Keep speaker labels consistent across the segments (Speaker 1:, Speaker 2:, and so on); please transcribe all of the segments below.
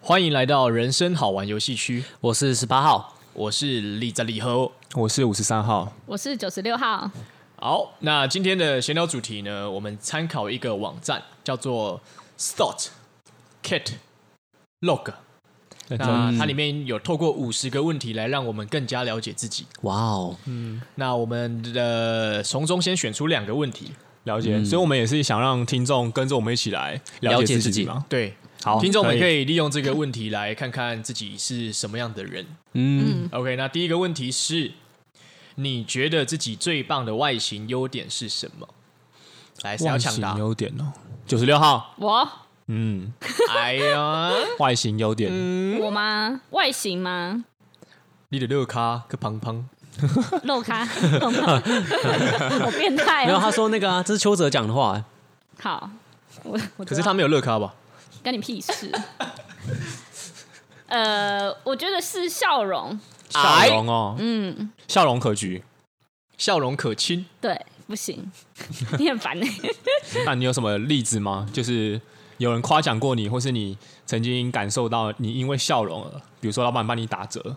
Speaker 1: 欢迎来到人生好玩游戏区，
Speaker 2: 我是十八号，
Speaker 1: 我是利在利和。
Speaker 3: 我是五十三号，
Speaker 4: 我是九十六号，
Speaker 1: 好，那今天的闲聊主题呢，我们参考一个网站叫做 Stot Cat Log，那它里面有透过五十个问题来让我们更加了解自己。
Speaker 2: 哇哦，
Speaker 1: 那我们的从中先选出两个问题，嗯
Speaker 3: 了解，所以我们也是想让听众跟着我们一起来了
Speaker 2: 了
Speaker 3: 解
Speaker 2: 解
Speaker 3: 自
Speaker 2: 自己
Speaker 3: 嘛。
Speaker 1: 对，
Speaker 3: 好，
Speaker 1: 听众们可以利用这个问题来看看自己是什么样的人。
Speaker 2: 嗯，
Speaker 1: OK，那第一个问题是，你觉得自己最棒的外形优点是什么？来，谁要
Speaker 3: 外
Speaker 1: 抢答
Speaker 3: 形？优点哦，九十六 号，
Speaker 4: 我
Speaker 3: 嗯，
Speaker 1: 哎呀，
Speaker 3: 外形优点，
Speaker 4: 我吗？外形吗？
Speaker 1: 你的六咖个胖胖，
Speaker 4: 啊肉咖， 懂吗？我变态
Speaker 2: 没有，
Speaker 4: 了。
Speaker 2: 他说那个啊，这是邱泽讲的话，
Speaker 4: 好，我我
Speaker 1: 可
Speaker 4: 知
Speaker 1: 是
Speaker 4: 道
Speaker 1: 他没有乐咖吧？
Speaker 4: 干你屁事。呃，我觉得是笑容，哎
Speaker 3: 笑容哦，
Speaker 4: 嗯，
Speaker 3: 笑容可掬。
Speaker 1: 笑容可亲，
Speaker 4: 对，不行，你很烦欸
Speaker 3: 那你有什么例子吗？就是有人夸奖过你，或是你曾经感受到你因为笑容而，比如说老板帮你打折，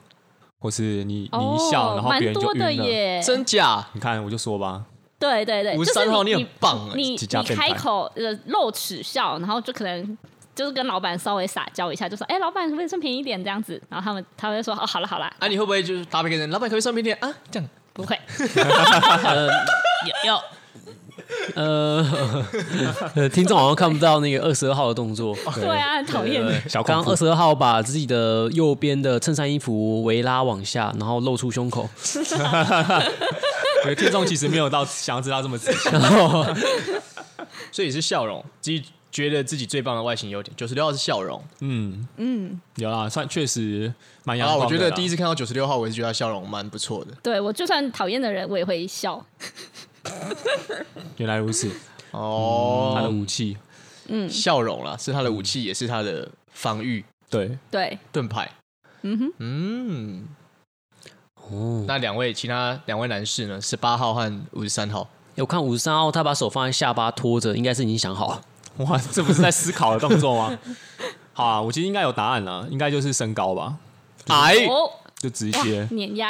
Speaker 3: 或是你你一笑，然
Speaker 4: 哦
Speaker 3: 后别
Speaker 4: 蛮
Speaker 3: 人就
Speaker 4: 多
Speaker 3: 晕
Speaker 4: 的
Speaker 3: 了。
Speaker 4: 耶，
Speaker 1: 真假？
Speaker 3: 你看，我就说吧，
Speaker 4: 对对对，
Speaker 1: 五
Speaker 4: 就
Speaker 1: 十
Speaker 4: 是
Speaker 1: 三号你
Speaker 4: 你
Speaker 1: 很棒哎
Speaker 4: 你
Speaker 3: 几家
Speaker 4: 你
Speaker 3: 变态
Speaker 4: 开口呃露齿笑，然后就可能就是跟老板稍微撒娇一下，就说哎、老板可不可以剩便宜一点这样子，然后他们他们就说哦好了好了，
Speaker 1: 啊，你会不会就是搭配个人？老板可不可以上面点啊？这样
Speaker 4: 不 会，
Speaker 2: 呃，要要，呃，呃听众好像看不到那个二十二号的动 作。
Speaker 4: 对啊，很讨厌。
Speaker 3: 小
Speaker 2: 刚刚
Speaker 3: 恐
Speaker 2: 二
Speaker 3: 怖，
Speaker 2: 十二号把自己的右边的衬衫衣服围拉往下，然后露出胸 口，
Speaker 3: 我觉得听众其实没有到想要知道这么仔细。
Speaker 1: 所以是笑容，自己觉得自己最棒的外形优点，九十六号是笑容。
Speaker 3: 嗯嗯，有啦，算确实蛮阳
Speaker 1: 啊，
Speaker 3: 光的
Speaker 1: 我
Speaker 3: 啦。
Speaker 1: 觉得第一次看到九十六号，我也是觉得他笑容蛮不错的。
Speaker 4: 对我就算讨厌的人，我也会笑。
Speaker 3: 原来如此，嗯他的
Speaker 1: 哦，
Speaker 3: 武器
Speaker 1: 笑容啦，是他的武器，也是他的防御
Speaker 3: 对
Speaker 4: 对，
Speaker 1: 盾牌。
Speaker 4: 嗯哼，
Speaker 1: 嗯，
Speaker 2: 哦，
Speaker 1: 那两位其他两位男士呢？十八号和五十三号。
Speaker 2: 我看五十三号他把手放在下巴托着，应该是已经想好了。
Speaker 3: 哇，这不是在思考的动作吗？ 好啊，我其实应该有答案啦，应该就是身高吧，
Speaker 1: 哎，
Speaker 4: 哦，
Speaker 3: 就直
Speaker 4: 哇
Speaker 3: 接，
Speaker 4: 碾压，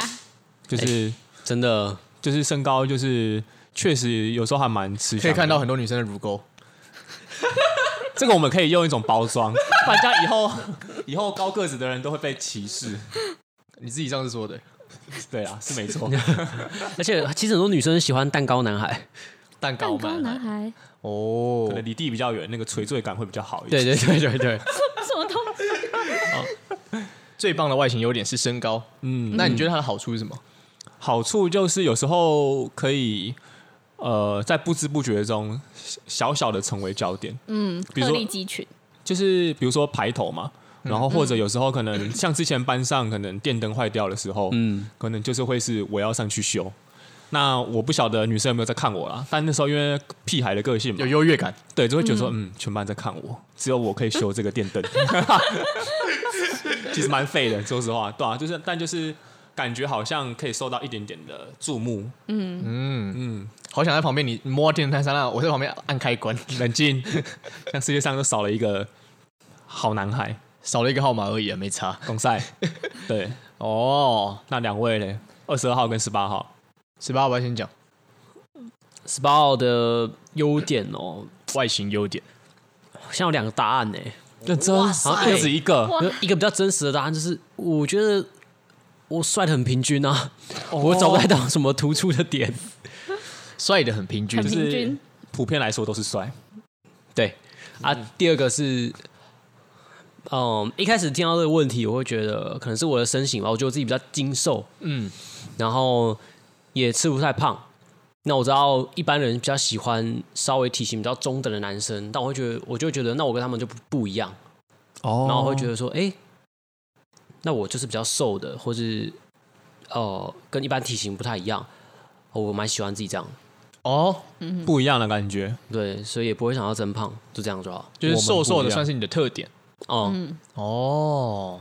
Speaker 3: 就是
Speaker 2: 真的，
Speaker 3: 就是身高，就是确实有时候还蛮吃香的。
Speaker 1: 可以看到很多女生的乳沟。
Speaker 3: 这个，我们可以用一种包装， 不然这样以后以后高个子的人都会被歧视。
Speaker 1: 你自己上次说的
Speaker 3: 对啦，是没错。
Speaker 2: 而且其实很多女生喜欢蛋糕男孩，
Speaker 1: 蛋
Speaker 4: 蛋
Speaker 1: 糕
Speaker 4: 糕
Speaker 1: 男
Speaker 4: 男
Speaker 1: 孩
Speaker 4: 孩，
Speaker 1: 哦
Speaker 3: 可，能离地比较远，那个垂坠感会比较好一点。
Speaker 2: 对对对对对，
Speaker 4: 什么东西？
Speaker 1: 最棒的外形优点是身高。嗯，那你觉得它的好处是什么？
Speaker 3: 好处就是有时候可以，呃，在不知不觉中小小的成为焦点。
Speaker 4: 嗯，
Speaker 3: 比如
Speaker 4: 鹤
Speaker 3: 说
Speaker 4: 立鸡群，
Speaker 3: 就是比如说排头嘛，然后或者有时候可能像之前班上可能电灯坏掉的时候，
Speaker 2: 嗯，
Speaker 3: 可能就是会是我要上去修。那我不晓得女生有没有在看我啦，但那时候因为屁孩的个性嘛
Speaker 1: 有，优越感。
Speaker 3: 对，就会觉得说，嗯，全班在看我，只有我可以修这个电灯， 其实蛮废的，说实话，对啊，就是但就是感觉好像可以受到一点点的注目，
Speaker 1: 好想在旁边你你摸电灯三让我在旁边按开关，
Speaker 3: 冷静， 像世界上都少了一个好男孩，
Speaker 1: 少了一个号码而已，啊，没差。
Speaker 3: 龚赛，对，
Speaker 1: 哦，
Speaker 3: 那两位嘞，二十二号跟十八号，
Speaker 1: 十八号我要先讲
Speaker 2: 十八号的优点哦，
Speaker 1: 外形优点。
Speaker 2: 好像有两个答案呢。
Speaker 3: 那真
Speaker 2: 塞
Speaker 3: 好像不止一个，
Speaker 4: 哇
Speaker 2: 有一个比较真实的答案就是，我觉得我帅的很平均啊，
Speaker 3: 哦
Speaker 2: 我找不太到什么突出的点。
Speaker 1: 帅的很平均
Speaker 4: 很，
Speaker 3: 是
Speaker 4: 平均，
Speaker 3: 普遍来说都是帅，
Speaker 2: 对啊，第二个是，嗯，一开始听到这个问题，我会觉得可能是我的身形吧，我觉得我自己比较精瘦，
Speaker 1: 嗯，
Speaker 2: 然后也吃不太胖。那我知道一般人比较喜欢稍微体型比较中等的男生，但我会觉得，我就会觉得，那我跟他们就不不一样。
Speaker 3: 哦
Speaker 2: 然后会觉得说，哎、那我就是比较瘦的，或是呃跟一般体型不太一样，哦我蛮喜欢自己这样，
Speaker 1: 哦，
Speaker 4: 嗯
Speaker 3: 不一样的感觉，
Speaker 2: 对，所以也不会想要增胖，就这样就好。
Speaker 1: 就是瘦瘦
Speaker 3: 我
Speaker 1: 的
Speaker 3: 们不一样
Speaker 1: 算是你的特点。
Speaker 2: 哦、
Speaker 4: 嗯
Speaker 1: 哦，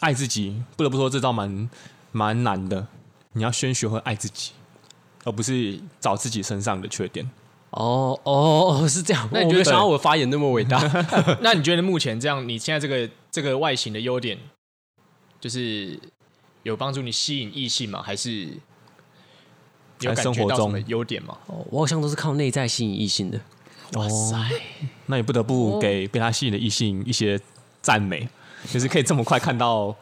Speaker 3: 爱自己，不得不说这招蛮蛮难的，你要先学会爱自己，而不是找自己身上的缺点。
Speaker 2: 哦哦哦，是这样。
Speaker 1: 那你
Speaker 2: 我
Speaker 1: 觉得嗯哦
Speaker 2: 没想到我的发言那么伟大？
Speaker 1: 那你觉得目前这样，你现在这个这个外形的优点，就是有帮助你吸引异性吗？还是有
Speaker 3: 在
Speaker 1: 感
Speaker 3: 生
Speaker 1: 觉
Speaker 3: 活
Speaker 1: 到什么
Speaker 3: 中，
Speaker 1: 优点吗？
Speaker 2: 哦我好像都是靠内在吸引异性的，哦
Speaker 1: 哇塞，
Speaker 3: 那你不得不给被他吸引的异性一些赞美，就是可以这么快看到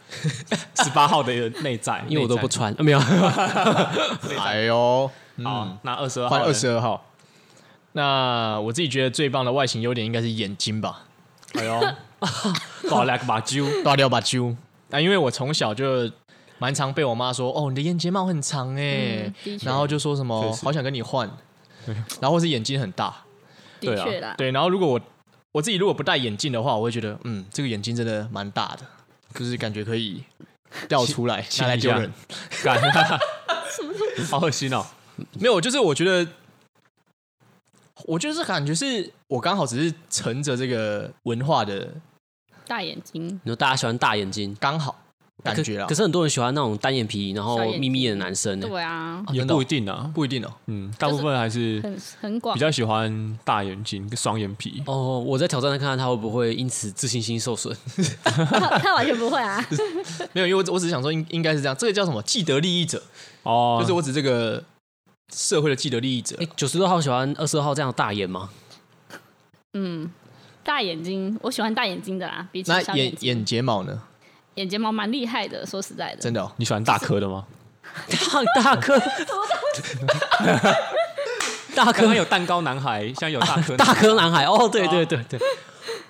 Speaker 3: 十八号的内在，
Speaker 2: 因为我都不
Speaker 3: 内
Speaker 2: 穿，啊、没有。
Speaker 1: 哎呦，
Speaker 3: 在。好，那二十二号
Speaker 1: 嗯换
Speaker 3: 呢
Speaker 1: 二十，二号。那我自己觉得最棒的外形优点应该是眼睛吧，
Speaker 3: 哎呦， 哇，来个把揪，
Speaker 1: 大掉把揪。啊，因为我从小就蛮常被我妈说，哦，你的眼睫毛很长哎、
Speaker 4: 嗯的确
Speaker 1: 然后就说什么
Speaker 3: 确实
Speaker 1: 好想跟你换，然后或是眼睛很大，
Speaker 4: 的
Speaker 3: 对啊
Speaker 4: 确啦，
Speaker 1: 对，然后如果我我自己如果不戴眼镜的话，我会觉得，嗯，这个眼睛真的蛮大的，就是感觉可以掉出 来拿来丢人。
Speaker 3: 干， 好恶心哦！
Speaker 1: 没有，就是我觉得，我就是感觉是我刚好只是乘着这个文化的
Speaker 4: 大眼睛，
Speaker 2: 你说大家喜欢大眼睛，
Speaker 1: 刚好
Speaker 3: 啊
Speaker 1: 感觉
Speaker 2: 可
Speaker 1: 啦
Speaker 2: 可，是很多人喜欢那种单眼皮，然
Speaker 4: 小
Speaker 2: 后
Speaker 4: 眼睛
Speaker 2: 眯眯眼的男
Speaker 3: 嗯
Speaker 2: 生呢、欸
Speaker 4: 对啊，
Speaker 1: 啊
Speaker 3: 也
Speaker 1: 真的哦
Speaker 3: 不一定啊，
Speaker 1: 不一定哦。
Speaker 3: 嗯，大部分还是
Speaker 4: 很很广
Speaker 3: 比。较喜欢大眼睛跟双眼皮。
Speaker 2: 哦，我在挑战他看看他会不会因此自信心受损。
Speaker 1: 啊
Speaker 4: 他 他完全不会啊，
Speaker 1: 没有，因为我我只是想说应应该是这样，这个叫什么既得利益者，
Speaker 3: 哦，
Speaker 1: 就是我指这个社会的既得利益者
Speaker 2: 哎。，九十六号喜欢二十二号这样的大眼吗？
Speaker 4: 嗯，大眼睛，我喜欢大眼睛的啦，比起
Speaker 1: 那
Speaker 4: 小
Speaker 1: 眼
Speaker 4: 眼睛
Speaker 1: 眼睫毛呢？
Speaker 4: 眼睫毛蛮厉害的，说实在的，
Speaker 1: 真的哦，
Speaker 3: 你喜欢大颗的吗？
Speaker 2: 大大哥，大
Speaker 3: 刚刚
Speaker 2: 哥，
Speaker 3: 有蛋糕男孩，现在有大 颗
Speaker 1: 啊
Speaker 2: 大哥男孩。哦，对对对对，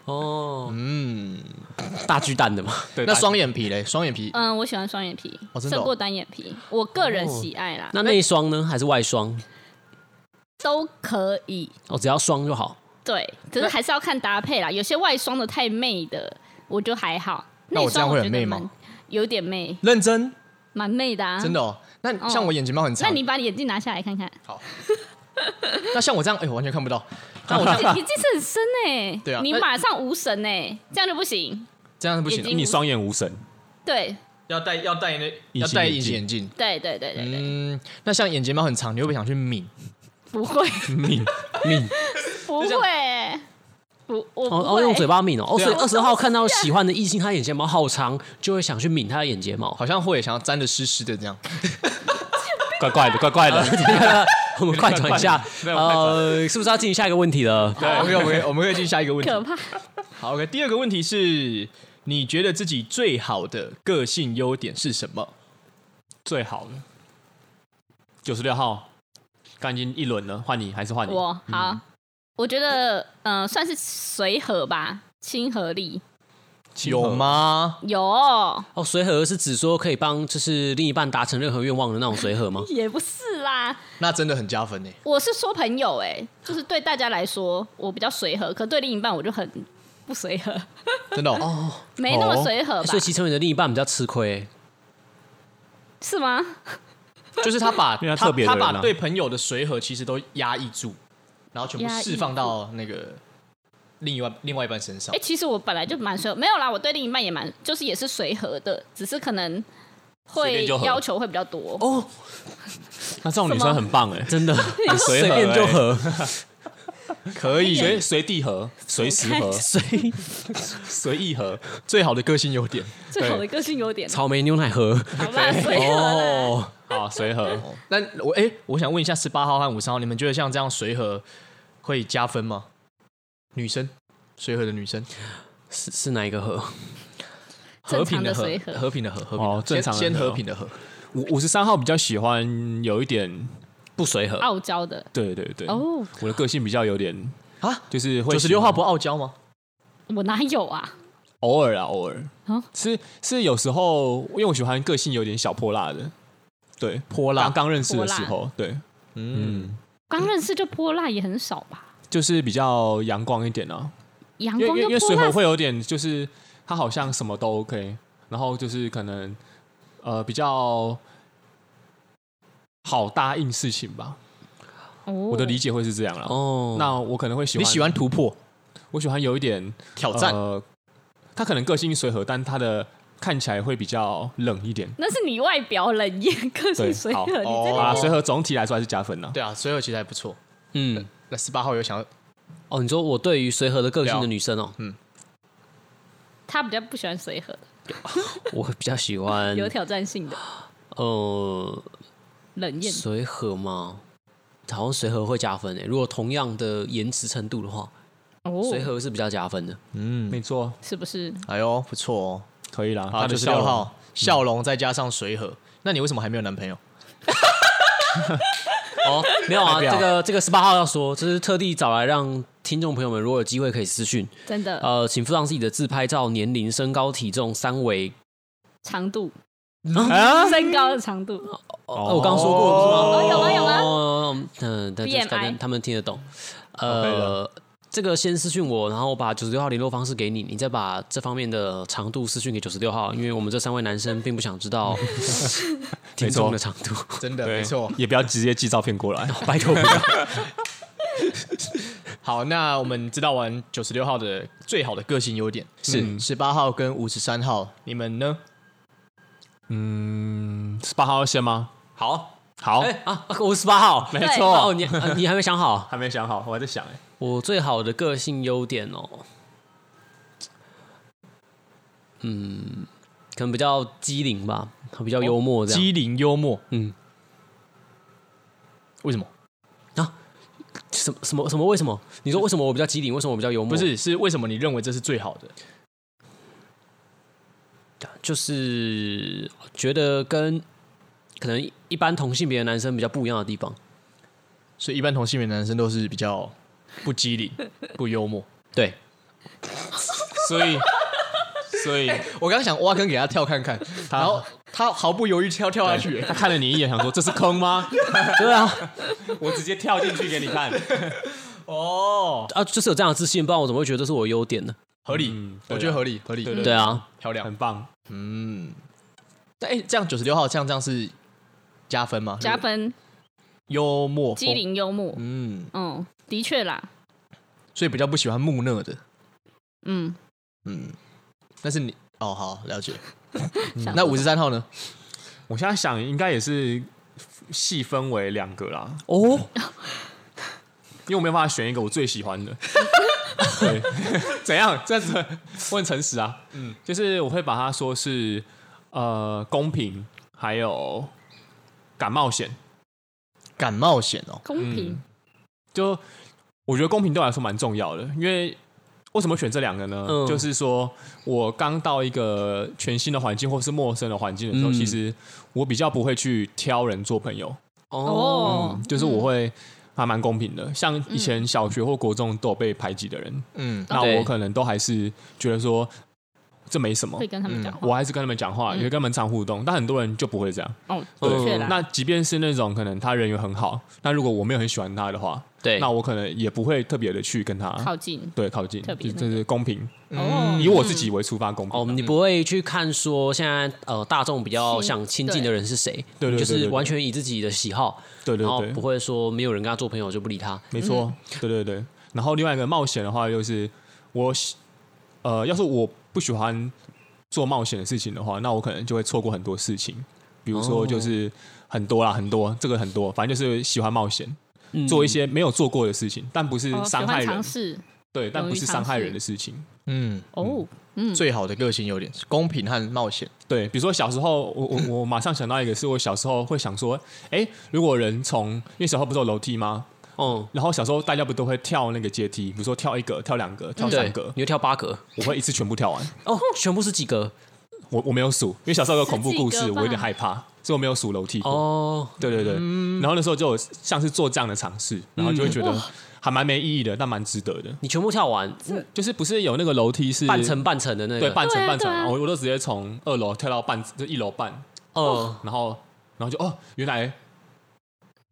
Speaker 2: 哦，
Speaker 1: 嗯，
Speaker 2: 大巨蛋的嘛。
Speaker 3: 对，
Speaker 1: 那双眼皮嘞？双眼皮
Speaker 4: 嗯，我喜欢双眼皮，
Speaker 1: 哦真的哦哦
Speaker 4: 胜过单眼皮，我个人喜爱啦，
Speaker 2: 那内双呢？还是外双？
Speaker 4: 都可以，
Speaker 2: 哦，只要双就好。
Speaker 4: 对，可是还是要看搭配啦，有些外双的太媚的，我就还好，
Speaker 1: 那我
Speaker 4: 内
Speaker 1: 这样
Speaker 4: 双
Speaker 1: 会
Speaker 4: 我
Speaker 1: 很
Speaker 4: 觉
Speaker 1: 媚
Speaker 4: 得
Speaker 1: 吗
Speaker 4: 蛮有点媚，
Speaker 1: 认真
Speaker 4: 蛮媚的啊，
Speaker 1: 真的。哦。那像我眼睫毛很
Speaker 4: 那
Speaker 1: 长，
Speaker 4: 你把你眼镜拿下 来看看，
Speaker 1: 那像我这样，哎、我完全看不 到。那我这样
Speaker 4: 哦你你近视很深哎、
Speaker 1: 对啊
Speaker 4: 你
Speaker 1: 那
Speaker 4: 马上无神哎、这样就不行。
Speaker 1: 这样是不行
Speaker 4: 眼
Speaker 1: 的，
Speaker 4: 睛
Speaker 3: 你双眼无神，
Speaker 4: 对
Speaker 1: 要戴要戴那
Speaker 3: 隐
Speaker 1: 要
Speaker 3: 形
Speaker 1: 戴
Speaker 3: 眼
Speaker 1: 隐形
Speaker 3: 镜
Speaker 1: 眼镜。
Speaker 4: 对对对对对，
Speaker 1: 嗯，那像眼睫毛很长，你会不会想去抿？
Speaker 4: 不 会
Speaker 3: 命
Speaker 4: 不会、欸，不我不
Speaker 2: 哦哦，
Speaker 4: 会、
Speaker 2: 用嘴巴抿哦。哦，
Speaker 1: 对啊
Speaker 2: 所以二十号看到喜欢的异性，他眼睫毛好长，就会想去抿他的眼睫毛。
Speaker 1: 好像会想要沾的湿湿的这样。
Speaker 3: 怪怪的，怪怪的。
Speaker 2: 我们快转一下，
Speaker 3: 对我们快转
Speaker 2: 呃，是不是要进行下一个问题了？
Speaker 1: 对， 我们可以我们可以我们可以进下一个问题。
Speaker 4: 可怕。
Speaker 1: 好，OK，第二个问题是，你觉得自己最好的个性优点是什么？
Speaker 3: 最好的九十六号，干净一轮了，换你还是换你？
Speaker 4: 我好，我觉得嗯、呃算是随和吧，亲和力
Speaker 3: 亲和
Speaker 1: 有？吗？
Speaker 4: 有
Speaker 2: 哦，随和是指说可以帮就是另一半达成任何愿望的那种随和吗？
Speaker 4: 也不是啦，
Speaker 1: 那真的很加分呢。
Speaker 4: 我是说朋友哎、就是对大家来说我比较随和，可对另一半我就很不随和，
Speaker 1: 真的哦，
Speaker 4: 没那么
Speaker 1: 哦
Speaker 4: 随和吧？
Speaker 2: 所以其成你的另一半比较吃亏、
Speaker 4: 是吗？
Speaker 1: 就是他把
Speaker 3: 因
Speaker 1: 他
Speaker 3: 为他特别的
Speaker 1: 他
Speaker 3: 人啊
Speaker 1: 把对朋友的随和其实都压抑住，然后全部
Speaker 4: 压抑
Speaker 1: 释放到那个另一外另外一半身上
Speaker 4: 哎、。其实我本来就蛮随和，没有啦，我对另一半也蛮，就是也是随和的，只是可能
Speaker 3: 随
Speaker 4: 会
Speaker 3: 便就和
Speaker 4: 要求会比较多。
Speaker 2: 哦，
Speaker 3: 那这种女生很棒哎，
Speaker 2: 真的，很
Speaker 3: 随
Speaker 2: 随
Speaker 3: 和
Speaker 2: 便就
Speaker 3: 欸
Speaker 2: 和，
Speaker 1: 可以
Speaker 3: 随随地和，随时 和，
Speaker 2: 随
Speaker 3: 随意和，
Speaker 1: 最好的个性优点，
Speaker 4: 最好的个性优点，
Speaker 2: 草莓牛奶和。
Speaker 4: 好吧，随和啦。
Speaker 2: 哦，
Speaker 3: 好随和。
Speaker 1: 那我哎、我想问一下十八号和五十号，你们觉得像这样随和会加分吗？女生随和的女生，
Speaker 2: 是是哪一个和？
Speaker 1: 和平
Speaker 4: 正常的
Speaker 1: 和
Speaker 4: 随和
Speaker 1: 和平的和，和平的和
Speaker 3: 哦正常的和
Speaker 1: 先先和平的和，
Speaker 3: 五五十三号比较喜欢有一点，
Speaker 2: 不随和。
Speaker 4: 傲娇的
Speaker 3: 对对对，
Speaker 4: 哦，
Speaker 3: 我的个性比较有点
Speaker 1: 啊，
Speaker 3: 就是会
Speaker 1: 九十六号不傲娇吗？
Speaker 4: 我哪有啊？
Speaker 3: 偶尔啊，偶尔
Speaker 4: 啊
Speaker 3: 是是有时候，因为我喜欢个性有点小泼辣的，对，
Speaker 1: 泼
Speaker 3: 刚
Speaker 1: 辣，
Speaker 3: 刚认识的
Speaker 4: 泼辣
Speaker 3: 时候，对，
Speaker 1: 嗯，
Speaker 3: 嗯，
Speaker 4: 刚认识就泼辣也很少吧？
Speaker 3: 就是比较阳光一点啊，
Speaker 4: 阳
Speaker 3: 因为
Speaker 4: 光
Speaker 3: 因为因
Speaker 4: 就泼
Speaker 3: 为随和
Speaker 4: 辣，
Speaker 3: 会有点，就是他好像什么都 OK，然后就是可能呃比较好答应事情吧，
Speaker 4: 哦
Speaker 3: 我的理解会是这样啦。
Speaker 2: 哦，
Speaker 3: 那我可能会喜
Speaker 1: 你
Speaker 3: 欢，
Speaker 1: 喜欢突破
Speaker 3: 我喜欢有一点
Speaker 1: 挑战，
Speaker 3: 呃，他可能个性随和，但他的看起来会比较冷一点。
Speaker 4: 那是你外表冷艳，个性
Speaker 3: 对
Speaker 4: 随和，
Speaker 3: 好
Speaker 4: 你这
Speaker 1: 哦
Speaker 3: 啊，随和总体来说还是加分呢。
Speaker 1: 对啊，随和其实还不错。
Speaker 2: 嗯，
Speaker 1: 那十八号有想要
Speaker 2: 哦，你说我对于随和的个性的女生哦，
Speaker 4: 他比较不喜欢随和的，
Speaker 2: 我比较喜 欢
Speaker 4: 有挑战性的，
Speaker 2: 呃
Speaker 4: 冷艳的。
Speaker 2: 随和嘛，好像随和会加分诶、欸如果同样的延迟程度的话，
Speaker 3: 嗯
Speaker 4: 哦，
Speaker 2: 随和是比较加分的。
Speaker 1: 嗯
Speaker 3: 没错，
Speaker 4: 是不是？
Speaker 1: 哎呦，不错哦。
Speaker 3: 可以啦。
Speaker 1: 好，
Speaker 3: 他
Speaker 1: 九
Speaker 3: 的
Speaker 1: 十
Speaker 3: 笑
Speaker 1: 六
Speaker 3: 容，
Speaker 1: 号嗯笑容再加上随和，那你为什么还没有男朋友？
Speaker 2: 哦， 没有啊，
Speaker 3: 代表
Speaker 2: 这个这个十八号要说，这是特地找来让听众朋友们，如果有机会可以私讯，
Speaker 4: 真的，
Speaker 3: 啊
Speaker 2: 呃，请附上自己的自拍照、年龄、身高、体重、三围。
Speaker 4: 长度，
Speaker 3: 啊嗯
Speaker 4: 身高的长度，
Speaker 2: 哦，我刚刚说过了不是吗？
Speaker 4: 哦有吗有吗
Speaker 2: 哦，嗯，对，就是反
Speaker 4: BMI
Speaker 2: 正他们听得懂。
Speaker 3: OK
Speaker 2: 呃
Speaker 3: 的，
Speaker 2: 这个先私讯我，然后把九十六号联络方式给你，你再把这方面的长度私讯给九十六号，因为我们这三位男生并不想知道听众的长度，
Speaker 1: 真的
Speaker 3: 对，
Speaker 1: 没错。哦
Speaker 3: 也不要直接寄照片过来。
Speaker 2: 拜托不要。
Speaker 1: 好，那我们知道完九十六号的最好的个性优点是
Speaker 3: 嗯
Speaker 1: 十八号跟五十三号，你们呢？
Speaker 3: 十八号要先吗？
Speaker 2: 好，
Speaker 3: 好，
Speaker 2: 哎啊，我十八号，
Speaker 3: 没
Speaker 4: 对
Speaker 2: 哦，
Speaker 3: 错，
Speaker 2: 你啊你还没想好？
Speaker 3: 还没想好，我还在想哎。
Speaker 2: 我最好的个性优点哦，嗯，可能比较机灵吧，比较幽默这样。
Speaker 1: 机灵幽默，
Speaker 2: 嗯，
Speaker 1: 为什么？
Speaker 2: 什么什么什么？为什么？你说为什么我比较机灵？为什么我比较幽默？
Speaker 1: 不，是，是为什么你认为这是最好的？
Speaker 2: 就是觉得跟可能一般同性别的男生比较不一样的地方。
Speaker 1: 所以一般同性恋男生都是比较不机灵、 不幽默。
Speaker 2: 对，
Speaker 3: 所以，所以
Speaker 1: 我刚想挖坑给他跳看看，哎然后他毫不犹豫跳跳下去。
Speaker 3: 他看了你一眼，想说这是坑 吗？
Speaker 2: 对啊，
Speaker 3: 我直接跳进去给你看。
Speaker 1: 哦，
Speaker 2: 啊，就是有这样的自信，不然我怎么会觉得这是我的优点呢？
Speaker 1: 合理，
Speaker 3: 嗯对啊
Speaker 1: 我觉得合理，合理，
Speaker 3: 对
Speaker 2: 对啊，
Speaker 1: 漂亮
Speaker 3: 很。棒，
Speaker 1: 嗯，但哎、这样九十六号这样这样是加分吗？
Speaker 4: 加
Speaker 3: 哦
Speaker 4: 分，
Speaker 1: 幽默风
Speaker 4: 机，灵幽默，
Speaker 1: 嗯，
Speaker 4: 嗯，的确啦，
Speaker 1: 所以比较不喜欢木讷的，
Speaker 4: 嗯，
Speaker 1: 嗯，但是你哦好了解，
Speaker 4: 想
Speaker 1: 那五十三号呢？
Speaker 3: 我现在想应该也是细分为两个啦，
Speaker 2: 哦，
Speaker 3: 因为我没有办法选一个我最 喜欢的。对， 怎样？这样子我很诚实啊。嗯，就是我会把它说是呃公平，还有敢冒险。嗯
Speaker 1: 敢冒险哦，
Speaker 4: 公平，
Speaker 3: 就我觉得公平对我来说蛮重要的，因为为什么选这两个呢？
Speaker 2: 嗯
Speaker 3: 就是说我刚到一个全新的环境或是陌生的环境的时候，
Speaker 2: 嗯
Speaker 3: 其实我比较不会去挑人做朋友，
Speaker 2: 哦，
Speaker 4: 哦，
Speaker 3: 嗯就是我会还蛮公平的。像以
Speaker 4: 嗯
Speaker 3: 前小学或国中都有被排挤的人，
Speaker 1: 嗯，
Speaker 3: 那
Speaker 2: 对
Speaker 3: 我可能都还是觉得说这没什么
Speaker 4: 会。跟他们讲
Speaker 3: 我
Speaker 4: 话，
Speaker 3: 还是跟他们讲话，
Speaker 4: 嗯
Speaker 3: 也会跟他们常互动，但很多人就不会这样。
Speaker 4: 哦，
Speaker 2: 对
Speaker 4: 的确
Speaker 2: 嗯
Speaker 4: 啦，
Speaker 3: 那即便是那种可能他人缘很好，那如果我没有很喜欢他的话，
Speaker 2: 对，
Speaker 3: 那我可能也不会特别的去跟他
Speaker 4: 靠近，
Speaker 3: 对靠近，
Speaker 4: 特别
Speaker 3: 就
Speaker 4: 那
Speaker 3: 这是公平，
Speaker 4: 哦，
Speaker 3: 以我自己为出发公
Speaker 2: 哦，
Speaker 3: 平。
Speaker 2: 你不会去看说现在呃大众比较
Speaker 4: 亲
Speaker 2: 想亲近的人是谁，
Speaker 3: 对对对
Speaker 2: 就
Speaker 3: 对
Speaker 2: 是
Speaker 3: 对
Speaker 2: 完全以自己的喜好，
Speaker 3: 对对
Speaker 2: 然后
Speaker 3: 对
Speaker 4: 哦
Speaker 2: 不，会说没有人跟他做朋友就不理他。
Speaker 3: 没错，
Speaker 4: 嗯
Speaker 3: 对对对。然后另外一个冒险的话，就是我喜呃，要是我不喜欢做冒险的事情的话，那我可能就会错过很多事情，比如
Speaker 2: 哦
Speaker 3: 说就是很多啦，很多这个很多，反正就是喜欢冒险，
Speaker 2: 嗯
Speaker 3: 做一些没有做过的事情，但不是
Speaker 4: 哦喜
Speaker 3: 伤害
Speaker 4: 欢
Speaker 3: 人
Speaker 4: 尝，试，
Speaker 3: 对，但
Speaker 4: 勇
Speaker 3: 不
Speaker 4: 于
Speaker 3: 是
Speaker 4: 尝
Speaker 3: 伤害
Speaker 4: 试
Speaker 3: 人的事情。
Speaker 1: 嗯，
Speaker 4: 哦，嗯，
Speaker 1: 最好的个性优点是公平和冒险，
Speaker 3: 对，比如说小时候，我我我马上想到一个，是我小时候会想说，哎，如果人从因为小时候不是有楼梯吗？
Speaker 2: 哦，
Speaker 3: 然后小时候大家不都会跳那个阶梯，比如说跳一格、跳两格、
Speaker 4: 嗯
Speaker 3: 跳三
Speaker 2: 对
Speaker 3: 格，，
Speaker 2: 你会跳八格
Speaker 3: 我会一次全部跳完。
Speaker 2: 哦，全部是几格
Speaker 3: 我我没有数，因为小时候有恐怖故
Speaker 4: 十
Speaker 3: 事，
Speaker 4: 几格吧
Speaker 3: 我有点害怕，所以我没有数楼梯。哦，
Speaker 2: 哦，
Speaker 3: 对对对，然后那时候就有像是做这样的尝
Speaker 2: 嗯
Speaker 3: 试，然后就会觉得还蛮没意义的，但蛮值得的。
Speaker 2: 你全部跳完，嗯
Speaker 3: 就是不是有那个楼梯是
Speaker 2: 半层半层的那
Speaker 3: 对
Speaker 2: 个，
Speaker 3: 半
Speaker 4: 对
Speaker 3: 层
Speaker 4: 啊
Speaker 3: 半层，
Speaker 4: 对啊
Speaker 3: 然后我我都直接从二楼跳到半就一楼半，
Speaker 2: 哦，
Speaker 3: 然后然后就哦，原来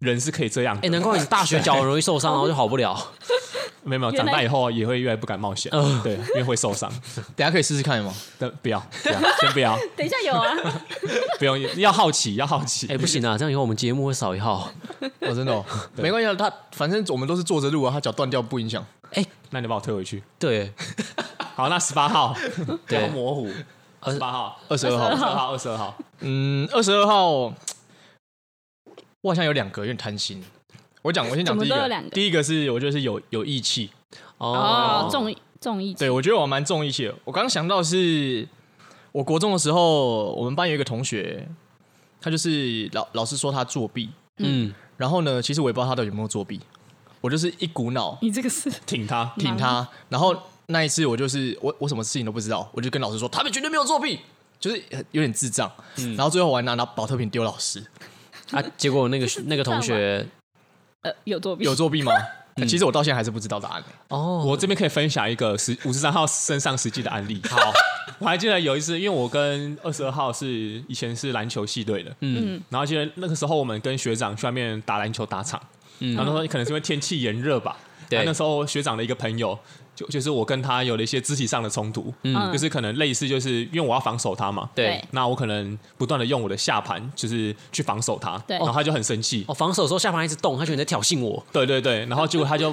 Speaker 3: 人是可以这样的。
Speaker 2: 哎，难怪你大学脚很容易受伤，然后就好不了。
Speaker 3: 没有没有，
Speaker 4: 原
Speaker 3: 长
Speaker 4: 来
Speaker 3: 大以后也会越来越不敢冒险，
Speaker 2: 哦
Speaker 3: 对，因为会受伤。
Speaker 1: 等一下可以试试看吗？
Speaker 3: 但不要，不要，先不要，
Speaker 4: 等一下有啊，
Speaker 3: 不用，要好奇，要好奇。
Speaker 2: 哎，不行啊，这样以后我们节目会少一号。
Speaker 1: 哦，真的、 哦，没关系，啊，他反正我们都是坐着录啊，他脚断掉不影响。
Speaker 3: 那你把我推回去。
Speaker 2: 对
Speaker 3: 好，那十八号，
Speaker 2: 对
Speaker 3: 比较模糊。十八号，
Speaker 1: 二十二号
Speaker 3: 二十，二号，二十二号。
Speaker 1: 嗯，二十二号，我好像有两个，有点贪心。我讲，我先讲
Speaker 4: 怎么
Speaker 1: 第一
Speaker 4: 都有
Speaker 1: 个，
Speaker 4: 两个
Speaker 1: 第一个是我觉得是有有义气，
Speaker 2: 哦
Speaker 4: 哦，，重重义气
Speaker 1: 对，我觉得我蛮重义气的。我刚刚想到的是，我国中的时候，我们班有一个同学，他就是老老师说他作弊，
Speaker 2: 嗯，
Speaker 1: 然后呢，其实我也不知道他到底有没有作弊，我就是一股脑
Speaker 4: 你这个是
Speaker 3: 挺他，
Speaker 1: 挺他，
Speaker 4: 嗯
Speaker 1: 然后那一次我就是我我什么事情都不知道，我就跟老师说他们绝对没有作弊，就是有点智障，然后最后我还拿拿保特瓶丢老师，
Speaker 2: 啊，结果那个那个同学
Speaker 4: 呃有作弊，
Speaker 1: 有作弊 吗？呃
Speaker 2: 嗯
Speaker 1: 其实我到现在还是不知道答案。
Speaker 2: 哦，
Speaker 3: 我这边可以分享一个实五十三号身上实际的案例。好， 我还记得有一次，因为我跟二十二号是以前是篮球系队的，嗯，然后记得那个时候我们跟学长去外面打篮球打场，嗯，然后那时候可能是因为天气炎热吧，
Speaker 2: 对
Speaker 3: 然后那时候学长的一个朋友。就就是我跟他有了一些肢体上的冲突，
Speaker 4: 嗯
Speaker 3: 就是可能类似，就是因为我要防守他嘛，
Speaker 2: 对
Speaker 3: 那我可能不断的用我的下盘，就是去防守他，
Speaker 4: 对
Speaker 3: 然后他就很生气，
Speaker 2: 哦，防守的时候下盘一直动，他觉得你在挑衅我，
Speaker 3: 对对对，然后结果他就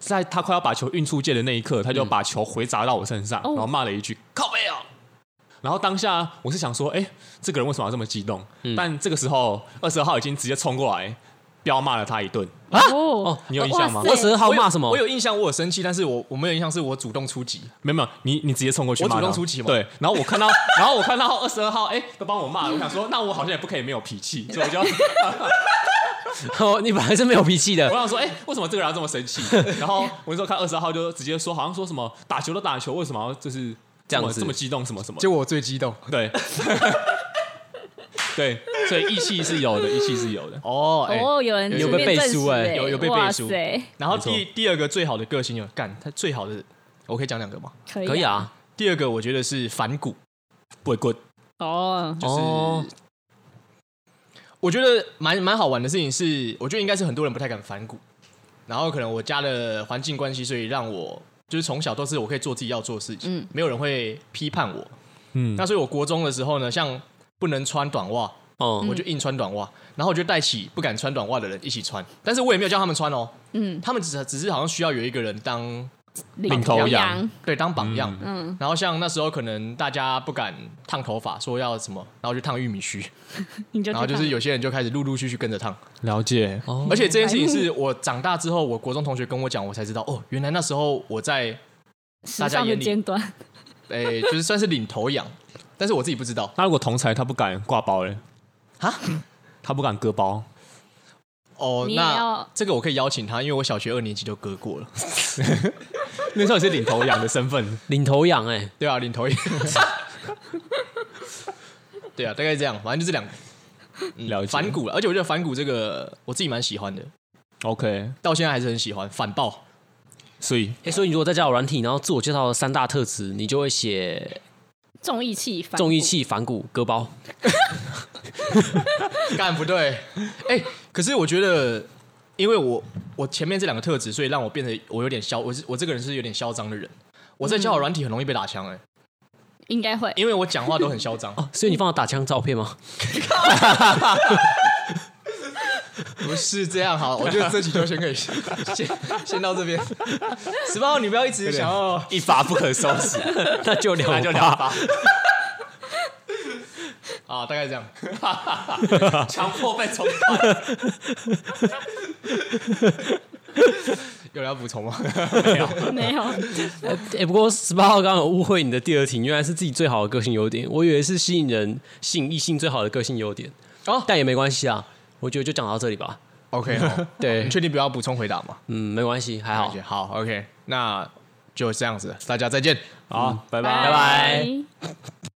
Speaker 3: 在他快要把球运出界的那一刻，他就把球回砸到我身上，
Speaker 4: 哦
Speaker 3: 然后骂了一句“靠背哦”。然后当下我是想说，哎，这个人为什么要这么激动？
Speaker 1: 嗯
Speaker 3: 但这个时候二十号已经直接冲过来，彪骂了他一顿。
Speaker 4: 哦
Speaker 2: 哦
Speaker 3: 你有印象吗
Speaker 4: 哇塞
Speaker 2: 二十二号
Speaker 1: 我有
Speaker 2: 骂什么
Speaker 1: 我？有印象，我有生气，但是我我没有印象是我主动出击。
Speaker 3: 没有没有，你你直接冲过去
Speaker 1: 我
Speaker 3: 骂他，
Speaker 1: 主动出击嘛
Speaker 3: 对，然后我看到， 然后我看到二十二号，哎，都帮我骂了。我想说，那我好像也不可以没有脾气，所以我就
Speaker 2: 哦，你本来是没有脾气
Speaker 3: 我
Speaker 2: 的，
Speaker 3: 想说，哎、为什么这个人要这么生气？然后我那时候看二十号就直接说，好像说什么打球都打球，为什么要就是
Speaker 2: 这样
Speaker 3: 么
Speaker 2: 子
Speaker 3: 这么激动什么什么的？
Speaker 1: 结果我最激动。
Speaker 3: 对， 对，所以义气是有的，义气是有的。
Speaker 1: 哦，哎、
Speaker 4: 哦，有人
Speaker 2: 有被
Speaker 4: 顺便
Speaker 2: 背
Speaker 4: 证
Speaker 2: 书
Speaker 4: 实
Speaker 2: 哎
Speaker 4: 哎，
Speaker 1: 有有被背书
Speaker 4: 哇塞，
Speaker 1: 然后
Speaker 3: 没
Speaker 1: 第第二个最好的个性有干，他最好的我可以讲两个吗？
Speaker 4: 可
Speaker 2: 可以
Speaker 4: 以啊
Speaker 2: 啊，
Speaker 1: 第二个我觉得是反骨，
Speaker 3: 不会滚，
Speaker 4: 哦，
Speaker 1: 就是、
Speaker 2: 哦
Speaker 1: 我觉得蛮蛮好玩的事情是，我觉得应该是很多人不太敢反骨，然后可能我家的环境关系，所以让我就是从小都是我可以做自己要做的事情，
Speaker 4: 嗯
Speaker 1: 没有人会批判我。
Speaker 3: 嗯
Speaker 1: 那所以我国中的时候呢，像不能穿短袜，
Speaker 2: 哦，
Speaker 1: 我就硬穿短袜，然后我就带起不敢穿短袜的人一起穿，但是我也没有叫他们穿哦，
Speaker 4: 嗯，
Speaker 1: 他们只只是好像需要有一个人当
Speaker 4: 领
Speaker 3: 头
Speaker 4: 头
Speaker 3: 羊
Speaker 4: 羊，
Speaker 1: 对当榜样，
Speaker 4: 嗯，
Speaker 1: 然后像那时候可能大家不敢烫头发，说要什么，然后就烫玉米须，
Speaker 4: 你就
Speaker 1: 然后
Speaker 4: 去
Speaker 1: 就是
Speaker 4: 看
Speaker 1: 有些人就开始陆陆续续跟着烫，
Speaker 3: 了解。
Speaker 2: 哦
Speaker 1: 而且这件事情是我长大之后，我国中同学跟我讲，我才知道哦，原来那时候我在
Speaker 4: 时
Speaker 1: 大家
Speaker 4: 尚的
Speaker 1: 眼里
Speaker 4: 尖端，
Speaker 1: 诶、 就是算是领头羊，但是我自己不知道
Speaker 3: 那如果同才他不敢挂包嘞，
Speaker 1: 啊。
Speaker 3: 他不敢割包，
Speaker 1: 哦
Speaker 4: 你，也
Speaker 1: 那
Speaker 4: 要
Speaker 1: 这个我可以邀请他，因为我小学二年级就割过了，
Speaker 3: 那时候也是领头羊的身份。
Speaker 2: 领头羊哎，
Speaker 1: 对啊，领头羊。 对啊，大概这样，反正就这两个。嗯
Speaker 3: 了解
Speaker 1: 反骨了，而且我觉得反骨这个我自己蛮喜欢的，
Speaker 3: OK，
Speaker 1: 到现在还是很喜欢反暴。
Speaker 3: 所以
Speaker 2: 哎，所以你如果在交友软体，然后自我介绍的三大特质，你就会写
Speaker 4: 重义气，反
Speaker 2: 重义
Speaker 4: 骨，
Speaker 2: 气、反骨、割包。。
Speaker 1: 干不对， 哎、可是我觉得，因为我我前面这两个特质，所以让我变得我有点嚣，我是我这个人是有点嚣张的人。我在交友软体很容易被打枪哎、
Speaker 4: 应该会
Speaker 1: 因为我讲话都很嚣 张
Speaker 2: 哦，所以你放了打枪照片吗？
Speaker 1: 不是这样 好，我觉得这集就先可以先先到 这边。十八号，你不要一直想要
Speaker 3: 一发不可收拾，啊
Speaker 2: 那就聊吧，
Speaker 1: 啊，
Speaker 3: 哦 那就两发，
Speaker 1: 大概这 样。
Speaker 3: 强迫被冲。
Speaker 1: 有人要补充吗？
Speaker 4: 没有，
Speaker 2: 哎、不过十八号刚刚有误会你的第二题，原来是自己最好的个性优点，我以为是吸引人、吸引异性最好的个性优点。
Speaker 1: 哦
Speaker 2: 但也没关系啊，我觉得就讲到这里吧。
Speaker 1: ，OK，好
Speaker 2: 对
Speaker 1: 你，确定不要补充回答吗？
Speaker 2: 嗯，没关系，还好。
Speaker 1: 好，OK，那就这样子，大家再见。
Speaker 3: 好，拜拜
Speaker 2: 拜。